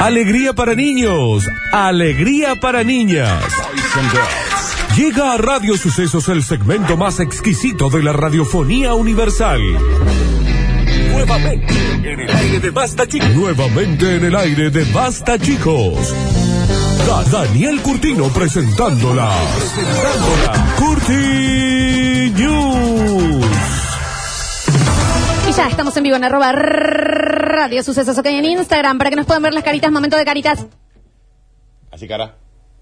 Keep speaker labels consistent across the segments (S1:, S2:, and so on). S1: Alegría para niños, alegría para niñas. Llega a Radio Sucesos el segmento más exquisito de la radiofonía universal. Nuevamente en el aire de Basta Chicos. Nuevamente en el aire de Basta Chicos. Da- Daniel Curtino presentándola. Presentándola. Curti News.
S2: Y ya estamos en vivo en arroba radio sucesos ok en Instagram para que nos puedan ver las caritas, momento de caritas.
S3: Así cara.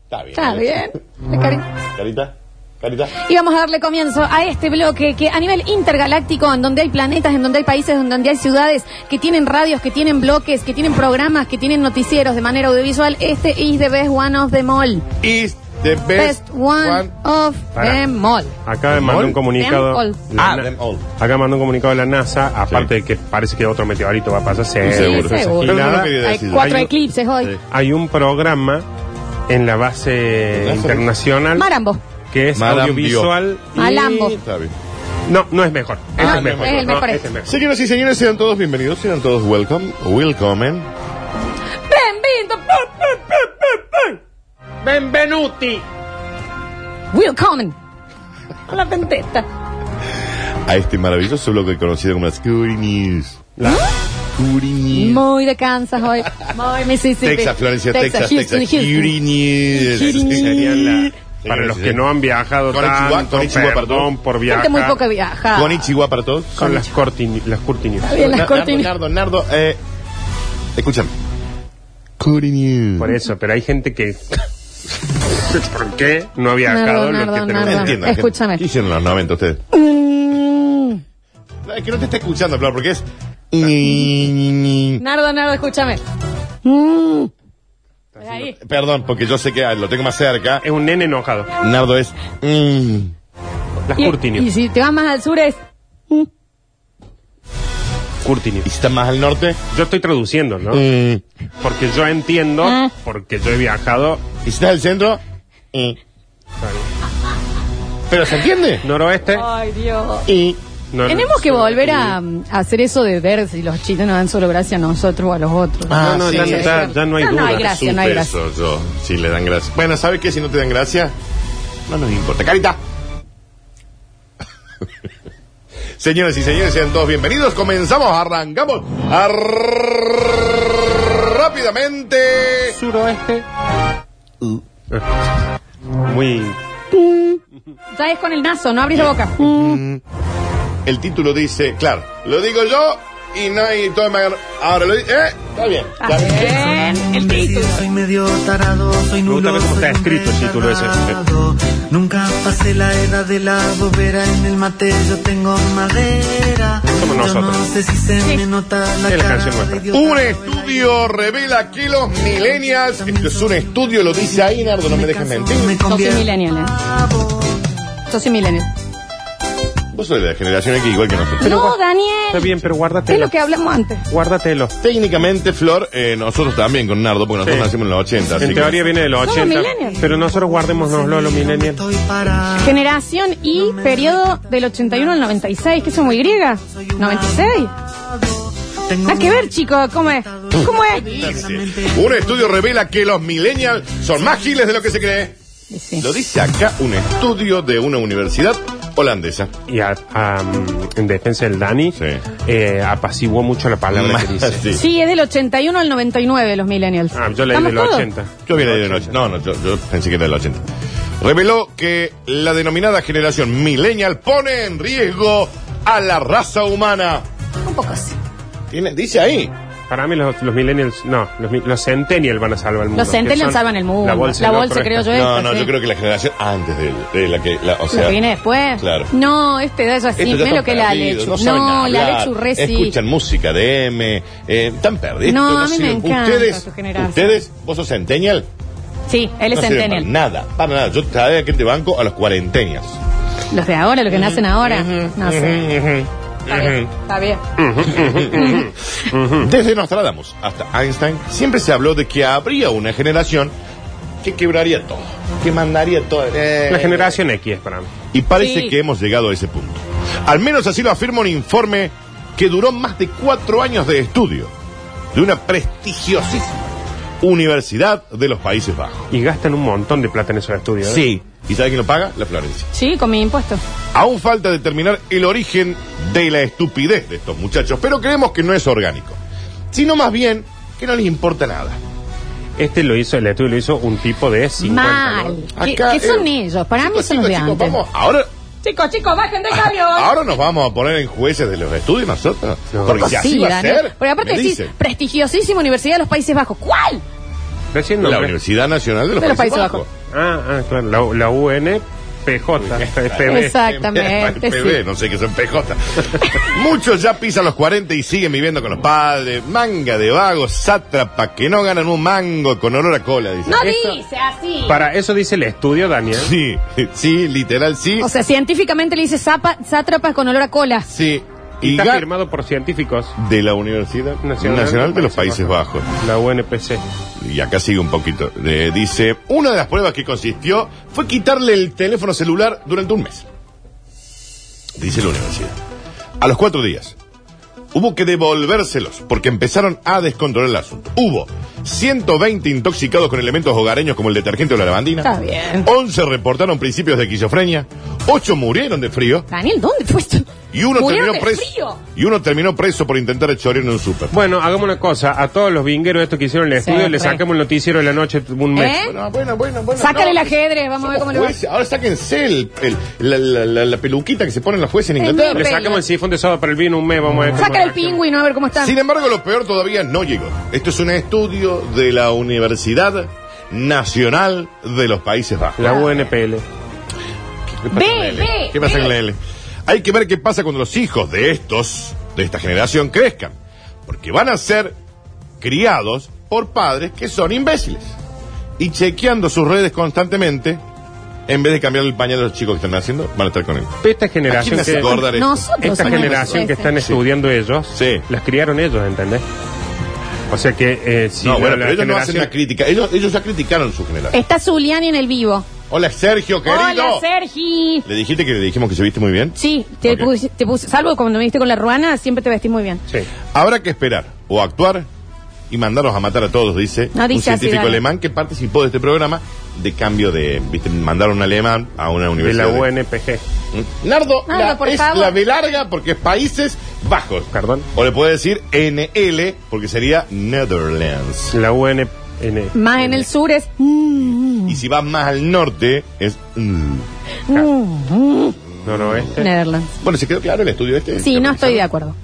S3: Está bien.
S2: Está bien. De cari-
S3: Carita. Carita.
S2: Y vamos a darle comienzo a este bloque que a nivel intergaláctico, en donde hay planetas, en donde hay países, en donde hay ciudades que tienen radios, que tienen bloques, que tienen programas, que tienen noticieros de manera audiovisual, este is the best one of them all.
S3: Is the best,
S2: Best one, of
S4: Pará.
S2: them all.
S4: Acá mandó un comunicado.
S2: Them all.
S4: la
S3: Ah,
S4: na-
S3: them all.
S4: Acá mandó un comunicado de la NASA, aparte de que parece que otro meteorito va a pasar.
S2: seguro.
S4: esas
S2: seguro.
S3: Pero no
S4: giladas.
S3: lo quería
S2: Hay
S3: decir.
S2: cuatro
S4: Hay-
S2: eclipses hoy.
S3: Sí.
S4: Hay un programa en la base
S3: NASA.
S4: internacional
S2: Marambo.
S4: que es
S3: Madame
S4: audiovisual. y-
S2: Malambo.
S3: Está bien.
S4: No, no es mejor. Ese
S2: Ah,
S4: es mejor.
S2: es el
S4: No,
S2: mejor.
S4: ese es mejor.
S3: Señoras y señores, sean todos bienvenidos, sean todos welcome, welcome.
S2: Bienvenido.
S4: Benvenuti.
S2: Willkommen. A la vendetta.
S3: a este maravilloso bloque conocido como las Curry News.
S2: ¿Ah?
S4: La-
S3: Curry News.
S2: Muy de Kansas hoy. Muy Mississippi.
S3: Texas, Florencia, Texas,
S2: Houston,
S3: Texas.
S2: Houston.
S3: Curry News.
S2: Curry News.
S4: Sería la- Para
S3: Sí,
S4: los
S3: sí,
S4: que
S3: sí.
S4: no han viajado
S3: Konnichiwa,
S4: tanto,
S3: konnichiwa para
S4: perdón
S3: todos.
S4: por
S2: Gente
S4: viajar.
S2: muy poco viaja.
S3: Con Ichiwa para todos.
S4: Son las corti- las curtinios.
S2: Bien, las
S3: Nardo,
S2: cortinas.
S3: Nardo, Nardo, eh, escúchame. Curry
S4: Por
S3: News.
S4: eso, pero hay gente que. ¿Por qué no ha
S2: Nardo,
S4: viajado? lo que
S2: Nardo,
S4: tenemos?
S3: No
S2: Nardo.
S3: entiendo.
S2: Escúchame.
S3: ¿Qué hicieron en los 90 ustedes?
S2: Mm.
S3: No, Es que no te está escuchando, claro, porque es... Perdón,
S2: Nardo, Nardo, escúchame. Mm. Ahí.
S3: porque yo sé que ah, lo tengo más cerca.
S4: Es un nene enojado.
S3: Nardo es... mm,
S4: Las
S2: Y,
S4: curtinios.
S2: y si te vas más al sur es... Mm.
S4: Curtinios.
S3: Y si está más al norte...
S4: Yo estoy traduciendo, ¿no?
S3: mm.
S4: Porque yo entiendo,
S2: Ah.
S4: porque yo he viajado.
S3: Y si está al centro... mm. ¿Pero se entiende?
S4: Noroeste.
S2: Ay, Dios.
S3: Y...
S4: nor-
S2: Tenemos que volver a, a hacer eso de ver si los chilenos dan solo gracia a nosotros o a los otros.
S4: Ah, no,
S3: sí,
S4: ya,
S3: sí,
S4: ya- ya no hay duda.
S2: No hay gracia, no hay
S3: Supe
S2: gracia.
S3: eso yo, si le dan gracia. Bueno, ¿sabes qué? Si no te dan gracia, no nos importa. Carita. Señoras y señores, sean todos bienvenidos. Comenzamos, arrancamos Arr- rápidamente.
S4: Suroeste. Ah. Muy.
S2: Ya es con el naso, no abrís la boca.
S3: Mm,
S2: Mm.
S3: El título dice, claro, lo digo yo y no hay todo me agarra- Ahora lo dice, ¿eh? Está bien.
S2: Ah.
S3: está bien.
S2: Bien, el título.
S5: Soy medio tarado, soy
S4: Me gusta
S5: nulo,
S4: cómo está
S5: soy un
S4: escrito el título ese.
S5: retardado. Nunca pasé la edad de la bobera en el mate, yo tengo madera.
S4: Somos
S5: Yo
S4: nosotros.
S5: no sé si se me nota la
S4: Es la
S5: cara
S4: canción
S5: de
S4: nuestra. Uh,
S5: idiota.
S3: Un estudio revela que los millennials, esto es un estudio, lo dice ahí, Nardo, no me dejes mentir.
S2: Sos
S5: Me
S2: un
S5: convierto
S2: millennial, ¿eh? Sos un millennial.
S3: Vos sos de la generación X igual que nosotros.
S2: No,
S4: Está
S2: Daniel.
S4: bien, pero
S2: Es lo
S4: guárdatelo.
S2: que hablamos antes.
S4: Guárdatelo.
S3: Técnicamente, Flor, eh, nosotros también con Nardo, porque nosotros
S4: Sí.
S3: nacimos en los 80. así
S4: En
S3: que-
S4: teoría viene de los
S2: Somos
S4: 80.
S2: millennials.
S4: Pero nosotros guardémosnoslo a los millennials.
S5: Estoy parado.
S2: Generación y periodo del 81 al 96, que eso es muy griega. 96.
S5: Tengo
S2: Nada que ver, chicos, ¿cómo es? ¿Cómo es?
S3: Dice, Un estudio revela que los millennials son más giles de lo que se cree.
S2: Sí.
S3: Lo dice acá un estudio de una universidad holandesa.
S4: y a- a, mm, en defensa del Dani,
S3: Sí.
S4: eh, apaciguó mucho la palabra que dice.
S3: Sí.
S2: Sí, es del 81 al 99 los millennials.
S4: Ah, yo leí
S2: ¿Estamos
S4: de los
S2: todos?
S4: 80.
S3: Yo vine de noche. No, no, yo, yo pensé que era del 80. Reveló que la denominada generación millennial pone en riesgo a la raza humana.
S2: Un poco así.
S3: Tiene- dice ahí.
S4: Para mí los, los millennials, no, los, mi- los centennials van a salvar el mundo.
S2: Los centennials
S4: que son
S2: salvan el mundo.
S4: La bolsa,
S2: La
S4: del
S2: bolsa,
S4: otro
S2: creo
S4: este.
S2: yo.
S3: No,
S2: esto,
S3: no,
S2: sí.
S3: yo creo que la generación antes de, de la que, la- o
S2: Lo
S3: sea,
S2: que viene después.
S3: Claro.
S2: No, este de eso es
S3: Estos ya
S2: simple
S3: están
S2: lo que la
S3: perdidos,
S2: Alechu.
S3: no saben
S2: No, la
S3: hablar,
S2: Alechu re sí.
S3: Escuchan música de M, eh, están perdidos.
S2: No, a mí
S3: sirven.
S2: me encanta
S3: Ustedes,
S2: su generación.
S3: ustedes, vos sos centennial,
S2: Sí, él es
S3: no sirven para
S2: centennial.
S3: nada, para nada. Yo sabía que te banco a los cuarentenias.
S2: Los de ahora, los que nacen ahora. No sé. Está bien, está bien.
S3: Desde Nostradamus hasta Einstein, siempre se habló de que habría una generación que quebraría todo, que mandaría todo. eh,
S4: La generación X es para mí.
S3: Y parece
S2: Sí.
S3: que hemos llegado a ese punto. Al menos así lo afirma un informe que duró más de cuatro años de estudio de una prestigiosísima Universidad de los Países Bajos.
S4: Y gastan un montón de plata en esos estudios. ¿eh?
S3: ¿Y sabe quién lo paga? La Florencia.
S2: Sí, con mi impuesto.
S3: Aún falta determinar el origen de la estupidez de estos muchachos, pero creemos que no es orgánico, sino más bien que no les importa nada.
S4: Este lo hizo, el estudio lo hizo un tipo de 50. ¿no?
S2: Mal. ¿Qué, qué son
S3: eh,
S2: ellos? Para mí
S3: chicos,
S2: son los de
S3: chicos, chicos,
S2: antes.
S3: vamos, ahora,
S2: Chicos, chicos, bajen del
S3: ahora nos vamos a poner en jueces de los estudios nosotros.
S4: No.
S3: Porque si así
S2: Sí,
S3: va a
S2: Daniel.
S3: ser,
S2: Porque aparte
S3: me
S2: decís,
S3: dicen,
S2: prestigiosísima Universidad de los Países Bajos. ¿Cuál?
S4: Recién
S3: la
S4: nombré.
S3: Universidad Nacional de los, Países, Bajos.
S4: Ah, ah, claro, la, la UNPJ, FB.
S2: Exactamente.
S3: El PB,
S2: sí.
S3: no sé qué son PJ. Muchos ya pisan los 40 y siguen viviendo con los padres. Manga de vagos, sátrapa, que no ganan un mango con olor a cola, dice.
S2: No
S4: Esto-
S2: dice así.
S4: Para eso dice el estudio, Daniel.
S3: Sí, sí, literal, sí.
S2: O sea, científicamente le dice zapa- sátrapas con olor a cola.
S3: sí.
S4: Y
S3: Y
S4: está
S3: ga-
S4: firmado por científicos
S3: de la Universidad Nacional, de los Países Bajos.
S4: La UNPC.
S3: Y acá sigue un poquito. Eh, dice, una de las pruebas que consistió fue quitarle el teléfono celular durante un mes. Dice la universidad. A los cuatro días, hubo que devolvérselos porque empezaron a descontrolar el asunto. Hubo 120 intoxicados con elementos hogareños como el detergente o la lavandina.
S2: Está bien.
S3: 11 reportaron principios de esquizofrenia. 8 murieron de frío.
S2: Daniel, ¿dónde fue esto?
S3: Y uno,
S2: Murieron
S3: terminó
S2: de
S3: preso,
S2: frío. ¿Eh?
S3: y uno terminó preso por intentar chorear en un súper.
S4: Bueno, hagamos una cosa. A todos los vingueros estos que hicieron el
S2: Sí,
S4: estudio, le
S2: re.
S4: sacamos el noticiero de la noche un mes.
S2: ¿Eh?
S3: Bueno, bueno, bueno, bueno.
S2: Sácale el
S3: no.
S2: ajedrez, vamos a ver cómo le va.
S3: Jueces, ahora sáquense el, el- la, la- la- la peluquita que se ponen los jueces en
S2: Es
S3: Inglaterra.
S4: Le sacamos el sifón de soda para el vino un mes, vamos a ver. cómo
S2: Sácale el
S4: reacciona.
S2: pingüino a ver cómo está.
S3: Sin embargo, lo peor todavía no llegó. Esto es un estudio de la Universidad Nacional de los Países Bajos.
S4: La UNPL.
S3: ¿Qué pasa con la
S2: Ve,
S3: L?
S2: ve,
S3: ¿Qué pasa
S2: ve.
S3: con la L? Hay que ver qué pasa cuando los hijos de estos, de esta generación, crezcan. Porque van a ser criados por padres que son imbéciles. Y chequeando sus redes constantemente, en vez de cambiar el pañal de los chicos que están haciendo, van a estar con él.
S4: Esta
S3: ¿A quién
S4: generación
S3: le hace
S4: que...
S3: acordar esto?
S2: Nosotros
S4: Esta
S2: somos
S4: generación
S2: los
S4: que están
S2: jueces.
S4: estudiando ellos,
S3: Sí.
S4: las criaron ellos, ¿entendés? O sea que eh, si
S3: no,
S4: la-
S3: bueno,
S4: la
S3: pero ellos no hacen
S4: generación-
S3: la crítica. Ellos, ellos ya criticaron su generación.
S2: Está Zuliani en el vivo.
S3: Hola, Sergio, querido.
S2: Eh, Hola, Sergi.
S3: ¿Le dijiste que le dijimos que se viste muy bien?
S2: Sí, te
S3: Ok.
S2: puse, te puse- salvo cuando me viste con la ruana, siempre te vestí muy bien.
S4: Sí.
S3: Habrá que esperar o actuar y mandarlos a matar a todos, dice,
S2: No dice
S3: un
S2: así,
S3: científico
S2: dale.
S3: alemán que participó de este programa de cambio de, viste, mandar a un alemán a una
S4: De la
S3: universidad. de-
S4: UNPG.
S3: ¿Mm? Nardo,
S2: Nardo,
S3: la-
S2: por
S3: es
S2: favor.
S3: la B larga porque es Países Bajos.
S4: Perdón.
S3: O le puede decir NL porque sería Netherlands.
S4: La UNN.
S2: Más en el sur es. mm,
S3: Y si vas más al norte es... mm.
S2: mm, mm,
S4: Noroeste.
S2: Netherlands.
S3: Bueno, ¿se quedó claro el estudio este?
S2: Sí, no estoy de
S3: ¿Mm?
S2: acuerdo.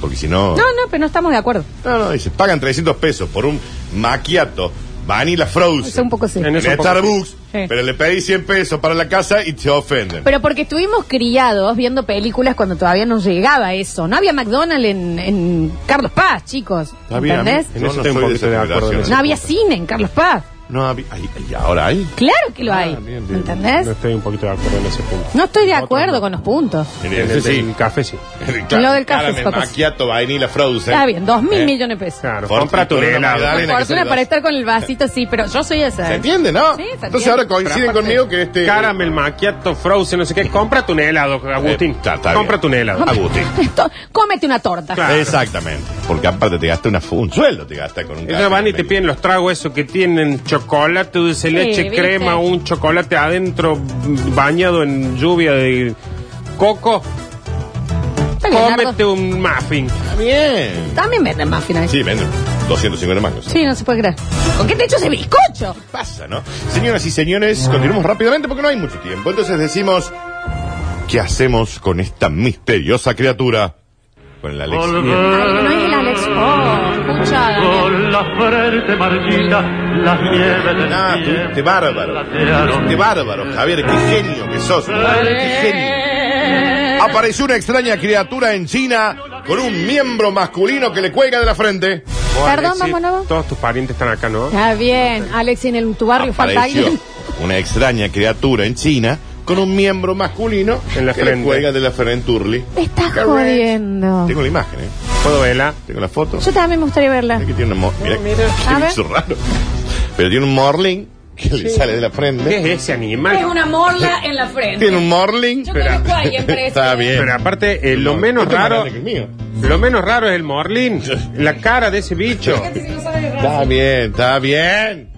S3: Porque si no...
S2: No, no, pero no estamos de acuerdo.
S3: No, no, dice, pagan 300 pesos por un maquiato, vanilla frozen.
S2: Es un poco sí.
S4: En
S3: En
S4: eso un poco
S3: Starbucks,
S2: sí.
S3: pero le pedí 100 pesos para la casa y te ofenden.
S2: Pero porque estuvimos criados viendo películas cuando todavía no llegaba eso. No había McDonald's en, en Carlos Paz, chicos.
S3: Está bien, a mí-
S2: ¿Entendés?
S4: En
S3: yo
S4: eso
S3: no
S4: estoy
S3: soy
S4: un
S3: de
S4: poquito
S3: esa
S4: de acuerdo.
S3: generación.
S2: No había cine en Carlos Paz.
S3: No había- ay, ay, ¿Y ahora hay?
S2: Claro que lo hay.
S3: Ah, bien, bien.
S4: No
S2: ¿Entendés?
S4: estoy un poquito de acuerdo en ese punto.
S2: No estoy de
S4: Otro
S2: acuerdo
S4: no.
S2: con los puntos.
S3: En
S4: En
S3: ese
S4: el
S3: sí.
S4: del café sí.
S3: Claro,
S2: Lo del café,
S3: árabe,
S2: papá.
S3: macchiato, vainilla frozen.
S2: Está bien, dos mil
S3: Eh,
S2: millones de pesos.
S4: Claro,
S3: Fortuna,
S4: compra tu
S3: una
S4: helado.
S3: medalla. Elena, que
S2: Fortuna
S3: soy
S2: para
S3: dos.
S2: estar con el vasito, sí, pero yo soy esa.
S3: ¿Se
S2: ¿eh?
S3: entiende, no?
S2: Sí, se
S3: Entonces
S2: entiende.
S3: ahora coinciden
S4: Pero aparte,
S3: conmigo que este...
S4: Caramel, macchiato, frozen, no sé qué. Compra tu helado, Agustín.
S3: Eh, está- está
S4: compra
S3: bien.
S4: tu helado.
S3: Agustín.
S2: Esto- cómete una torta.
S4: Claro.
S3: Exactamente. Porque aparte te gasta una fu- un sueldo, te gasta con un
S4: Ellos
S3: café,
S4: van y te
S3: medio.
S4: piden los tragos esos que tienen chocolate, dulce de leche,
S2: ¿viste?
S4: crema, un chocolate adentro mm, bañado en lluvia de coco.
S2: Está bien,
S4: Cómete
S2: Nardo.
S4: un muffin.
S3: Está bien.
S2: También venden más finales. Sí.
S3: Sí, venden 250 mangos.
S2: no se puede creer. ¿Con qué te hecho ese bizcocho?
S3: pasa, ¿no? Señoras y señores, continuemos rápidamente porque no hay mucho tiempo. Entonces decimos, ¿qué hacemos con esta misteriosa criatura? Con la Alexa.
S2: Ay, no es el Alex. Oh, escucha.
S6: Con la frente marchita, las nieves del
S3: Ah, tú,
S6: tiempo
S3: este bárbaro.
S6: platearon.
S3: Este bárbaro, Javier, qué genio que sos. Qué genio. Apareció una extraña criatura en China con un miembro masculino que le cuelga de la frente.
S4: Vos,
S2: Perdón,
S4: Alexis,
S2: vamos, ¿no?
S4: Todos tus parientes están acá, ¿no?
S2: Está bien, Alex, en el, tu barrio falta
S3: Apareció
S2: alguien.
S3: una extraña criatura en China con un miembro masculino
S4: En la
S3: que le
S4: frente.
S3: cuelga de la frente Urli.
S2: Me estás jodiendo.
S3: Tengo la imagen, ¿eh?
S4: Puedo verla.
S3: Tengo la foto.
S2: Yo también me gustaría verla.
S3: Mira que tiene una mo- mira,
S2: A
S3: qué
S2: ver.
S3: bicho raro. Pero tiene un morlín que le sale de la frente.
S4: ¿Qué es ese animal?
S2: Es una morla en la frente.
S3: Tiene un morling.
S2: Yo conozco a alguien preso.
S3: Está bien.
S4: Pero aparte, eh, lo
S3: No,
S4: menos
S3: este es más
S4: raro.
S3: grande que el mío.
S4: Lo menos raro es el morlín. La cara de ese bicho.
S2: Fíjate si no sabe de raza.
S3: Está bien, está bien.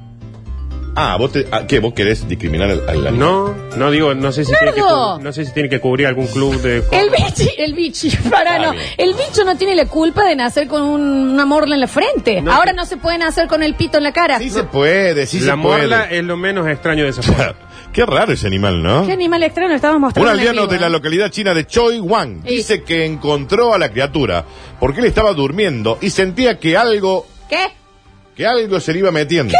S3: Ah, vos te, ah, ¿qué? ¿Vos querés discriminar al, al animal?
S4: No, no digo, no sé si tiene que,
S2: Nardo.
S4: cu- no sé si tiene que cubrir algún club de.
S2: El bichi, el bichi, para
S3: Está
S2: no.
S3: bien.
S2: El bicho no tiene la culpa de nacer con un- una morla en la frente.
S4: No.
S2: Ahora no se puede nacer con el pito en la cara.
S3: Sí se puede, sí
S4: la
S3: se
S4: morla
S3: puede.
S4: es lo menos extraño de esa forma.
S3: Qué raro ese animal, ¿no?
S2: ¿Qué animal extraño estábamos
S3: Un
S2: mostrando? en
S3: aldeano
S2: vivo,
S3: de la
S2: eh?
S3: localidad china de Choi Wang
S2: Sí.
S3: dice que encontró a la criatura porque él estaba durmiendo y sentía que algo,
S2: ¿Qué?
S3: que algo se le iba metiendo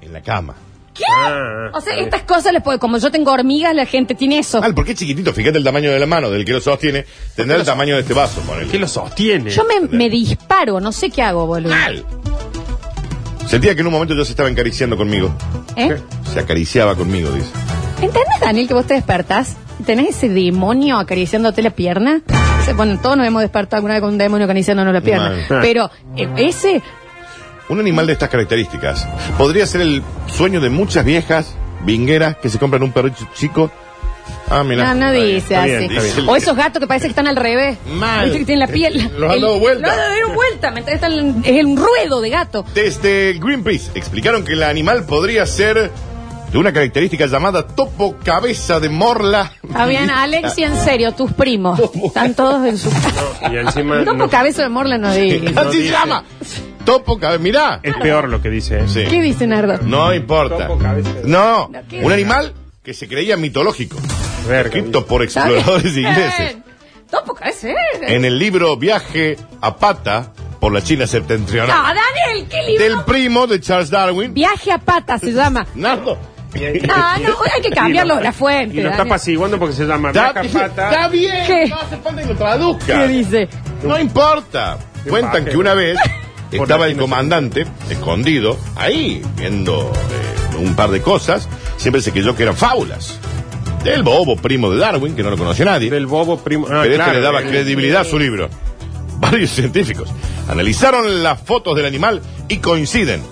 S3: en la cama.
S2: ¿Qué?
S4: Ah,
S2: o sea,
S4: está
S2: estas cosas les puede, como yo tengo hormigas, la gente tiene eso.
S3: Mal, porque es chiquitito, fíjate el tamaño de la mano del que lo sostiene, tendrá el tamaño de este vaso, ponele.
S4: ¿Qué lo sostiene?
S2: Yo me, me disparo, no sé qué hago, boludo.
S3: Mal. Sentía que en un momento yo se estaba acariciando conmigo.
S2: ¿Eh?
S3: Se acariciaba conmigo, dice.
S2: ¿Entendés, Daniel, que vos te despertás? y ¿Tenés ese demonio acariciándote la pierna? Se- Bueno, todos nos hemos despertado alguna vez con un demonio acariciándonos la pierna.
S3: Mal. Ah.
S2: Pero eh, ese,
S3: Un animal de estas características podría ser el sueño de muchas viejas vingueras que se compran un perrito chico. Ah, mira.
S2: no, no dice
S4: bien,
S2: así.
S4: está
S3: bien.
S2: O esos gatos que parece que están al revés.
S3: Mal.
S2: Viste que tienen la piel.
S3: Los han dado
S2: el-
S3: vuelta.
S2: Los han dado vuelta. ¿me entendés? Están- Es un ruedo de gato.
S3: Desde Greenpeace explicaron que el animal podría ser de una característica llamada topo cabeza de morla.
S2: Está bien, Alex, y en serio, tus primos. Están todos en su casa.
S4: Y encima.
S2: No,
S4: no,
S2: por cabeza de morla no digas.
S3: Así se
S4: dice.
S3: llama. Topo cabeza. Mirá.
S4: es peor lo que dice.
S3: Sí.
S2: ¿Qué dice Nardo?
S3: No importa.
S4: Topo cabeza de-
S3: No.
S2: No, ¿qué?
S3: Un animal que se creía mitológico.
S4: Verga,
S3: Escrito por
S2: Está bien.
S3: exploradores ingleses.
S2: No, por cabeza. eh.
S3: En el libro Viaje a pata por la China septentrional.
S2: Ah, Daniel, qué lindo.
S3: del primo de Charles Darwin.
S2: Viaje a pata se llama.
S3: Nardo.
S2: Ah, no, hay que cambiarlo la fuente.
S4: Y lo está
S2: Daniel.
S4: apaciguando porque se llama
S3: Está,
S4: Blanca Pata.
S3: está bien,
S2: ¿Qué?
S3: no hace falta que lo traduzca.
S2: ¿Qué dice?
S3: No importa.
S4: Qué
S3: Cuentan
S4: paje,
S3: que una
S4: ¿no?
S3: vez estaba el comandante escondido ahí viendo eh, un par de cosas. Siempre se creyó que eran fábulas. Del bobo primo de Darwin, que no lo conoció nadie.
S4: Del bobo primo. Ah,
S3: pero este
S4: claro,
S3: le daba
S4: el-
S3: credibilidad a su libro. Varios científicos analizaron las fotos del animal y coinciden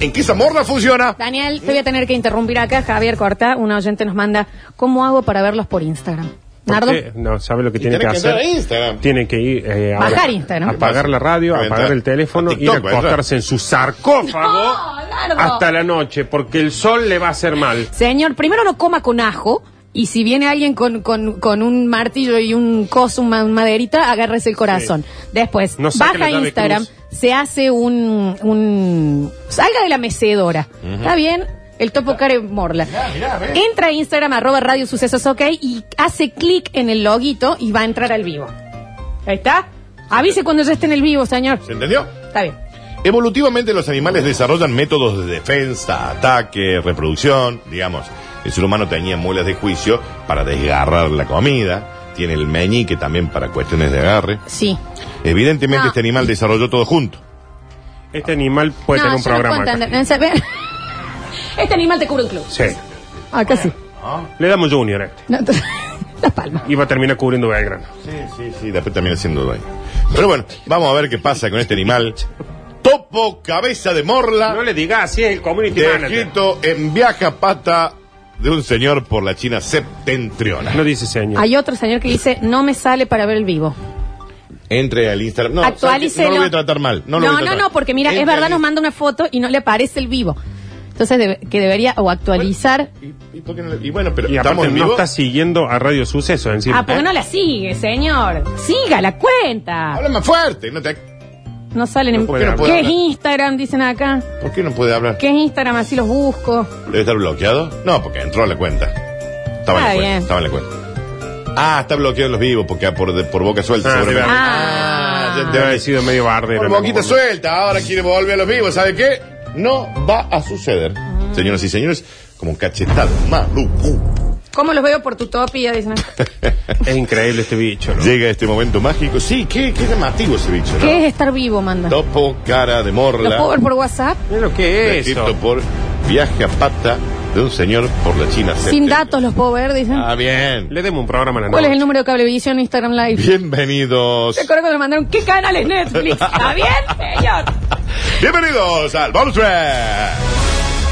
S3: en que esa morra funciona.
S2: Daniel, te voy a tener que interrumpir acá. Javier Corta, un oyente nos manda, ¿cómo hago para verlos por Instagram?
S4: ¿Por
S2: Nardo.
S4: qué? No, sabe lo que
S3: Y
S4: tiene que
S3: tenés que
S4: hacer.
S3: entrar a Instagram.
S4: Tiene que ir. eh,
S2: Bajar
S4: ahora.
S2: Instagram.
S4: Apagar la radio,
S3: Entrar.
S4: apagar el teléfono,
S3: A
S4: ir a
S3: TikTok,
S4: acostarse en su sarcófago
S2: No, Nardo.
S4: hasta la noche, porque el sol le va a hacer mal.
S2: Señor, primero no coma con ajo. Y si viene alguien con, con, con un martillo y un coso, una maderita, agárrese el corazón. Después,
S4: No
S2: baja
S4: saque la llave
S2: Instagram,
S4: cruz.
S2: se hace un, un... Salga de la mecedora. ¿Está bien? El topo care morla. Entra a Instagram, arroba radio sucesos, ok, y hace clic en el loguito y va a entrar al vivo. Ahí está. Avise cuando ya esté en el vivo, señor.
S3: ¿Se entendió?
S2: Está bien.
S3: Evolutivamente los animales desarrollan métodos de defensa, ataque, reproducción, digamos. El ser humano tenía muelas de juicio para desgarrar la comida, tiene el meñique también para cuestiones de agarre.
S2: Sí.
S3: Evidentemente
S2: No.
S3: este animal desarrolló todo junto.
S4: Este animal puede
S2: No,
S4: tener un
S2: yo no
S4: programa.
S2: puedo
S4: acá.
S2: entender. En serio. Este animal te cubre un club.
S4: Sí.
S2: Acá sí.
S4: Le damos Junior a este.
S2: No, Las Palmas.
S4: Y va a terminar cubriendo Belgrano.
S3: Sí, sí, sí, después también haciendo daño. Pero bueno, vamos a ver qué pasa con este animal. Topo cabeza de
S4: No
S3: morla,
S4: le digas, así es el community manager.
S3: descrito en viaja pata de un señor por la China septentrional.
S4: No dice señor.
S2: Hay otro señor que dice, no me sale para ver el vivo.
S3: Entre al Instagram. No, ¿sabes qué?
S2: Actualícelo.
S3: No lo voy a tratar mal. No, lo
S2: no,
S3: voy a
S2: no,
S3: tratar.
S2: no, porque mira, es
S3: Entre
S2: verdad,
S3: al
S2: nos manda una foto y no le aparece el vivo. Entonces, debe- que debería o actualizar.
S3: ¿Y, y por qué no le- y bueno, pero
S4: Y
S3: estamos
S4: aparte
S3: en
S4: no
S3: vivo.
S4: está siguiendo a Radio Suceso encima.
S2: Ah, porque no la sigue, señor. Siga la cuenta.
S3: Habla más fuerte. No te...
S2: No salen en...
S4: puede
S2: ¿Qué
S4: hablar.
S2: es Instagram? Dicen acá.
S3: ¿Por qué no puede hablar?
S2: ¿Qué es Instagram? Así los busco.
S3: ¿Debe estar bloqueado? No, porque entró a la cuenta. Estaba en
S2: Está
S3: la cuenta.
S2: bien.
S3: Estaba en la cuenta. Ah, está bloqueado en los vivos porque por, de- por boca suelta.
S4: Ah,
S3: seguramente.
S4: de verdad.
S2: Ah.
S3: ya te
S4: Debe
S3: voy a
S4: haber
S3: decir.
S4: sido medio bardero.
S3: Por
S4: en
S3: boquita
S4: algún momento.
S3: suelta. Ahora quiere volver a los vivos. ¿Sabe qué? No va a suceder.
S2: Ah.
S3: Señoras y señores, como un cachetado. Maluco.
S2: ¿Cómo los veo por tu topia? Dicen acá.
S4: Es increíble este bicho, ¿no?
S3: Llega este momento mágico. Sí, qué, qué llamativo ese bicho, ¿no?
S2: ¿Qué es estar vivo, manda? ¿Lo
S3: Topo, cara de morla.
S2: puedo ver por WhatsApp?
S4: Mira lo que es
S3: Descrito
S4: eso.
S3: por viaje a pata de un señor por la China.
S2: Sin
S3: septentrional.
S2: datos los puedo ver, dicen.
S3: Ah, bien.
S4: Le demos un programa a la
S2: ¿Cuál
S4: noche.
S2: es el número de Cablevisión Instagram Live?
S3: Bienvenidos.
S2: ¿Te acuerdas cuando me mandaron qué canal es Netflix? ¿Está bien, señor?
S3: Bienvenidos al Bonus Track.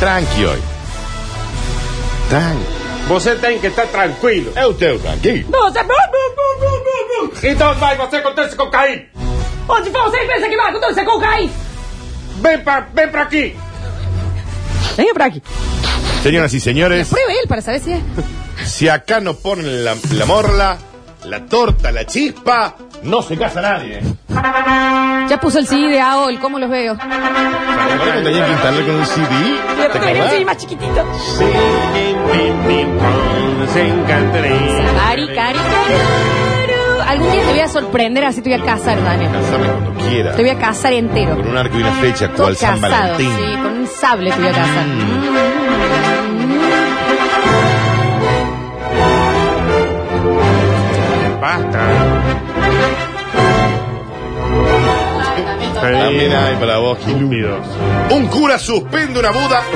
S3: Tranqui hoy. Tan.
S4: Vosé ten que estar tranquilo.
S3: Es usted tranquilo.
S7: Você. Onde
S4: Então vai você acontece com Caim.
S7: você pensa que vai acontecer com o Caim?
S4: Ven para ven para aquí.
S7: Venha pra aqui.
S3: Señoras y señores,
S2: Pruebe él para saber si es.
S3: si acá no ponen la, la morla, la torta, la chispa, no se casa nadie.
S2: Ya puso el CD de AOL, ¿cómo los veo?
S3: Ahora me tenía que instalar con un CD. ¿Te
S7: Deveria
S3: acordás?
S7: ser mais chiquitito.
S2: Cari, cari, cari. Algún día te voy a sorprender, así te voy a casar, Daniel.
S3: Casame cuando quiera.
S2: Te voy a casar entero.
S3: Con un arco y una flecha,
S2: Todo
S3: cual San
S2: casado,
S3: Valentín.
S2: sí, con un sable te voy a casar.
S4: Basta.
S3: También hay para vos, Gil.
S4: Estúpidos.
S3: Un cura suspende una boda.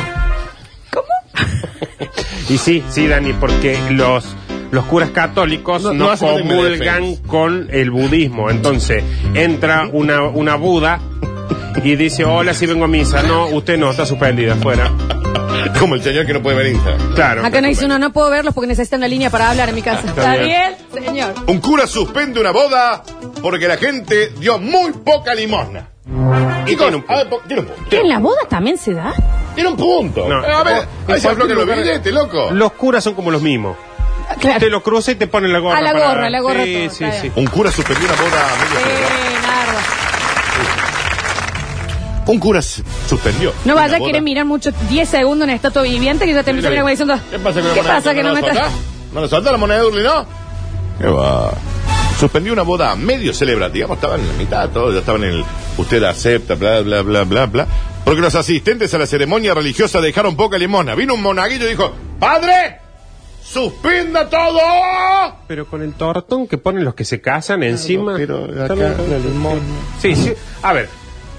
S4: Y sí, sí, Dani, porque los, los curas católicos
S3: No-
S4: no,
S3: no hace falta que me
S4: comulgan
S3: defendas.
S4: con el budismo. Entonces, entra una, una Buda y dice, hola, si vengo a misa. No, usted no, está suspendida afuera.
S3: Como el señor que no puede ver Instagram.
S4: Claro.
S2: Acá no dice uno, no puedo verlos porque necesitan la línea para hablar en mi casa.
S4: Está bien.
S2: ¿Está bien? Señor.
S3: Un cura suspende una boda porque la gente dio muy poca limosna. Y con un punto. Tiene un punto.
S2: ¿En la boda también se da?
S3: Tiene un punto.
S4: No.
S3: Eh, a ver,
S4: En
S3: ahí se
S4: cualquier
S3: aflojan los
S4: lugar-
S3: billetes, loco.
S4: Los curas son como los mismos. Te
S2: Claro.
S4: lo cruza y te ponen la gorra.
S2: A la
S4: para-
S2: gorra, a la gorra
S4: Sí,
S2: todo,
S4: sí,
S2: está
S4: sí.
S3: Un cura suspendió una boda a medio celebrar.
S2: Eh, Nardo.
S3: Un cura s- suspendió.
S2: No
S3: una
S2: vaya a
S3: boda.
S2: querer mirar mucho 10 segundos en estatua viviente que ya te empieza a mirar como diciendo
S3: ¿Qué pasa con la
S2: ¿Qué
S3: moneda?
S2: pasa que no me
S3: la
S2: traes?
S3: soltás? ¿No nos soltás la moneda de Urli, no? ¿Qué va? Suspendió una boda a medio celebra, digamos, estaban en la mitad, todos ya estaban en el. Usted acepta, bla, bla, bla, bla, bla. Porque los asistentes a la ceremonia religiosa dejaron poca limosna. Vino un monaguillo y dijo: ¡Padre! ¡Suspenda todo!
S4: Pero con el tortón que ponen los que se casan encima.
S3: pero acá
S4: También con el limón. Sí, sí. A ver,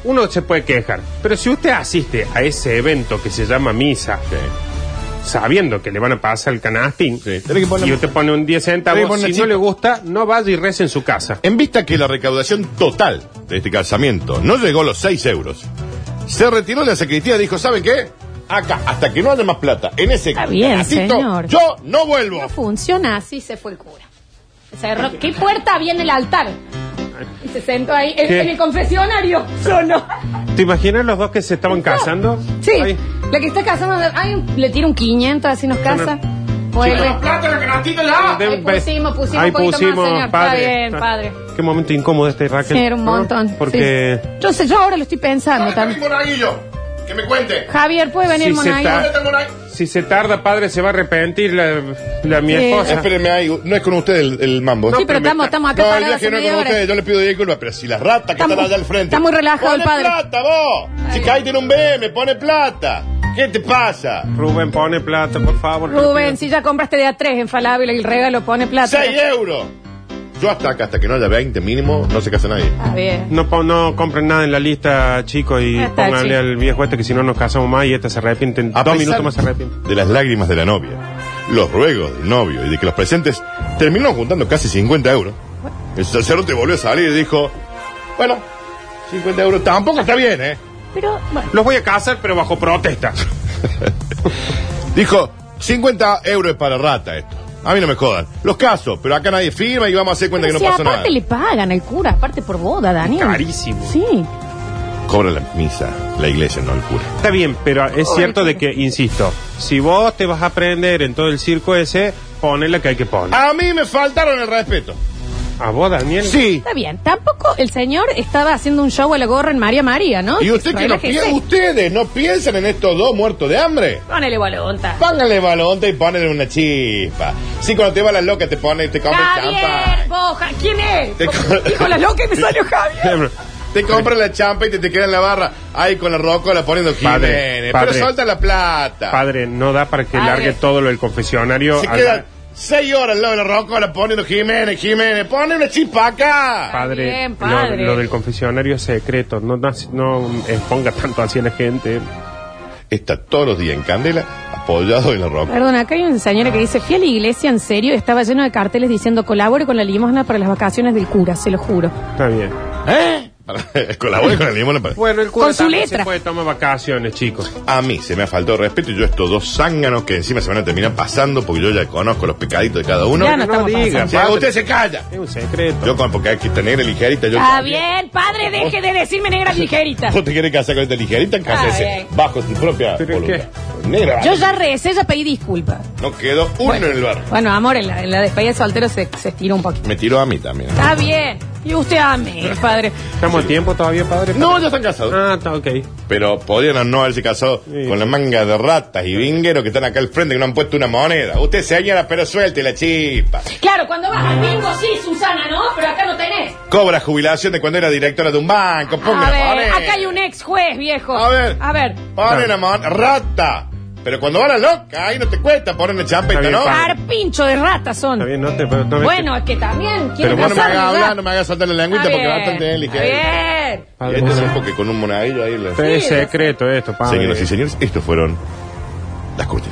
S4: uno se puede quejar. Pero si usted asiste a ese evento que se llama misa, sabiendo que le van a pasar el canastín,
S3: Sí, tiene que poner-
S4: y usted pone un 10
S3: Tiene que
S4: centavos,
S3: poner
S4: si
S3: chico.
S4: no le gusta, no vaya y reza en su casa.
S3: En vista que la recaudación total de este calzamiento no llegó a los 6 euros, se retiró de la sacristía y dijo, ¿saben qué? Acá, hasta que no haya más plata, en ese
S2: Está bien,
S3: casito,
S2: señor.
S3: yo no vuelvo.
S2: No funciona así, se fue el cura. Cerró. ¿Qué puerta había en el altar? Y se sentó ahí, en,
S4: ¿Qué?
S2: en el confesionario. Sonó.
S4: ¿Te imaginas los dos que se estaban casando?
S2: Sí,
S4: Ay,
S2: la que está casando, ay, le tira un 500, así nos casa. Vuelve.
S4: de-
S2: Ahí pusimos, pusimos
S4: ahí
S2: un poquito más,
S4: pusimos,
S2: señor.
S4: padre.
S2: Está bien,
S4: Ah,
S2: padre.
S4: Qué momento incómodo este, Raquel.
S2: Sí, era un
S4: ¿no?
S2: montón.
S4: Porque... Ah.
S2: sí. Yo sé, yo ahora lo estoy pensando
S3: ¿Dónde está mi
S2: también.
S3: monaguillo? Que me cuente.
S2: Javier, ¿puede venir
S4: Sí, se
S2: Monaguillo?
S4: está-
S3: ¿Dónde está el monaguillo?
S4: Si se tarda, padre, se va a arrepentir la, la mi
S2: Sí.
S4: esposa.
S3: Espérenme ahí, no es con usted el, el mambo.
S2: Sí, pero
S4: pero
S2: estamos,
S4: me está-
S2: estamos acá
S3: No, el
S2: parados hace
S3: viaje no es
S2: media
S3: con
S2: hora.
S3: ustedes, yo le pido disculpas, pero si las ratas que
S2: Está
S3: están
S2: muy-
S3: allá al frente.
S2: está muy relajado el
S3: Pone
S2: padre.
S3: plata, vos! Si caí tiene un BM, pone plata. ¿Qué te pasa?
S4: Rubén, pone plata, por favor.
S2: Rubén, si ya compraste de a tres en Falabella y el regalo pone plata.
S3: 6
S4: eh.
S3: euros. Yo hasta acá, hasta que no haya 20 mínimo, no se casa nadie.
S2: Está bien.
S4: No, pon- no compren nada en la lista, chicos, y
S2: Ya Ah, está,
S4: pónganle
S2: chico.
S4: al viejo este que si no nos casamos más y este se arrepiente. En
S3: A
S4: dos
S3: pesar
S4: minutos más se arrepiente.
S3: De las lágrimas de la novia, los ruegos del novio y de que los presentes terminaron juntando casi 50 euros. El sacerdote volvió a salir y dijo: Bueno, 50 euros tampoco está bien, ¿eh?
S2: Pero, bueno,
S4: Los voy a casar, pero bajo protesta.
S3: Dijo: 50 euros es para rata esto. A mí no me jodan. Los casos, pero acá nadie firma y vamos a hacer cuenta que
S2: pero
S3: no
S2: si
S3: pasó
S2: aparte
S3: nada.
S2: le pagan al cura, aparte por boda, Daniel.
S4: Carísimo.
S2: Sí.
S3: Cobra la misa, la iglesia, no el cura.
S4: Está bien, pero es cierto de que, insisto, si vos te vas a prender en todo el circo ese, ponle la que hay que poner.
S3: A mí me faltaron el respeto.
S4: ¿A vos, Daniel?
S3: Sí.
S2: Está bien. Tampoco el señor estaba haciendo un show a la gorra en María María, ¿no?
S3: Y usted que no
S2: Relájese.
S3: piensa, ustedes no piensan en estos dos muertos de hambre.
S2: Ponele voluntad.
S3: Póngale balonta y ponle una chispa. Si cuando te va la loca te pone, te compra el
S2: Javier,
S3: champa.
S2: boja. ¿Quién es?
S3: Te co-
S2: Dijo la loca y me salió Javier.
S3: Te compra la champa y te, te queda en la barra. Ahí con la rocola poniendo
S4: Padre,
S3: Jiménez.
S4: padre.
S3: Pero solta la plata.
S4: Padre, no da para que
S2: Padre.
S4: largue todo lo del confesionario.
S3: Se
S4: a la-
S3: queda seis horas al lado de la rocola poniendo Jiménez, Jiménez. Pone una chispa acá.
S4: Padre,
S2: bien,
S4: lo-
S2: padre.
S4: Lo, del confesionario es secreto. No, no, no exponga tanto así a la gente.
S3: Está todos los días en candela apoyado en la rocola.
S2: Perdona, acá hay una señora que dice, fui a la iglesia en serio y estaba lleno de carteles diciendo colabore con la limosna para las vacaciones del cura, se lo juro.
S4: Está bien.
S3: ¿Eh? Colabore con el limón. para-
S4: Bueno, el cura
S2: Con su
S4: también
S2: letra.
S4: se puede tomar vacaciones, chicos.
S3: A mí se me ha faltado respeto y yo estos dos zánganos que encima se van a terminar pasando porque yo ya conozco los pecaditos de cada uno.
S7: Ya no estamos
S4: diga,
S7: pasando.
S3: Si hago, usted se calla.
S4: Es un secreto.
S3: Yo con porque hay que tener ligerita. Yo
S2: Está bien, padre, deje de decirme negra ligerita.
S3: ¿Vos te querés casar con esta ligerita? Cásese.
S2: bien.
S3: Bajo tu propia
S4: ¿Pero
S3: voluntad. Negra.
S2: Yo ya recé, ya pedí disculpas.
S3: No quedó uno en el bar.
S2: Bueno, amor, en la, en la despedida de soltero se, se estiró un poquito.
S3: Me tiró a mí también.
S2: Está bien. Y usted a mí, padre.
S4: ¿Estamos a tiempo todavía, padre?
S3: No, ya están casados.
S4: Ah, está ok.
S3: Pero podrían o no haberse casado
S4: Sí.
S3: con la manga de ratas y vingueros que están acá al frente que no han puesto una moneda. Usted señora, pero suelte la chispa.
S2: Claro, cuando vas al bingo sí, Susana, ¿no? Pero acá no tenés.
S3: Cobra jubilación de cuando era directora de un banco. Ponga
S2: A
S3: una
S2: ver,
S3: moneda.
S2: acá hay un ex juez, viejo.
S3: A ver.
S2: A ver.
S3: Pone una moneda. Rata. Pero cuando va la loca, ahí no te cuesta poner una champeta,
S4: Está bien,
S3: ¿no?
S4: padre.
S2: Carpincho de ratas son.
S4: Está bien, no te. no te-
S2: Bueno, es que también
S3: Pero
S2: quiero
S3: vos no me
S2: casarme
S3: hagas
S2: ya.
S3: hablar, no me hagas saltar la
S2: Está
S3: lengüita porque
S2: bien,
S3: bastante es
S2: está
S3: ligera.
S2: bien.
S3: Y
S4: Padre,
S3: este es un poco con un monadillo ahí. en la-
S4: Es secreto esto, padre.
S3: Señoras y señores, estos fueron las cortinas.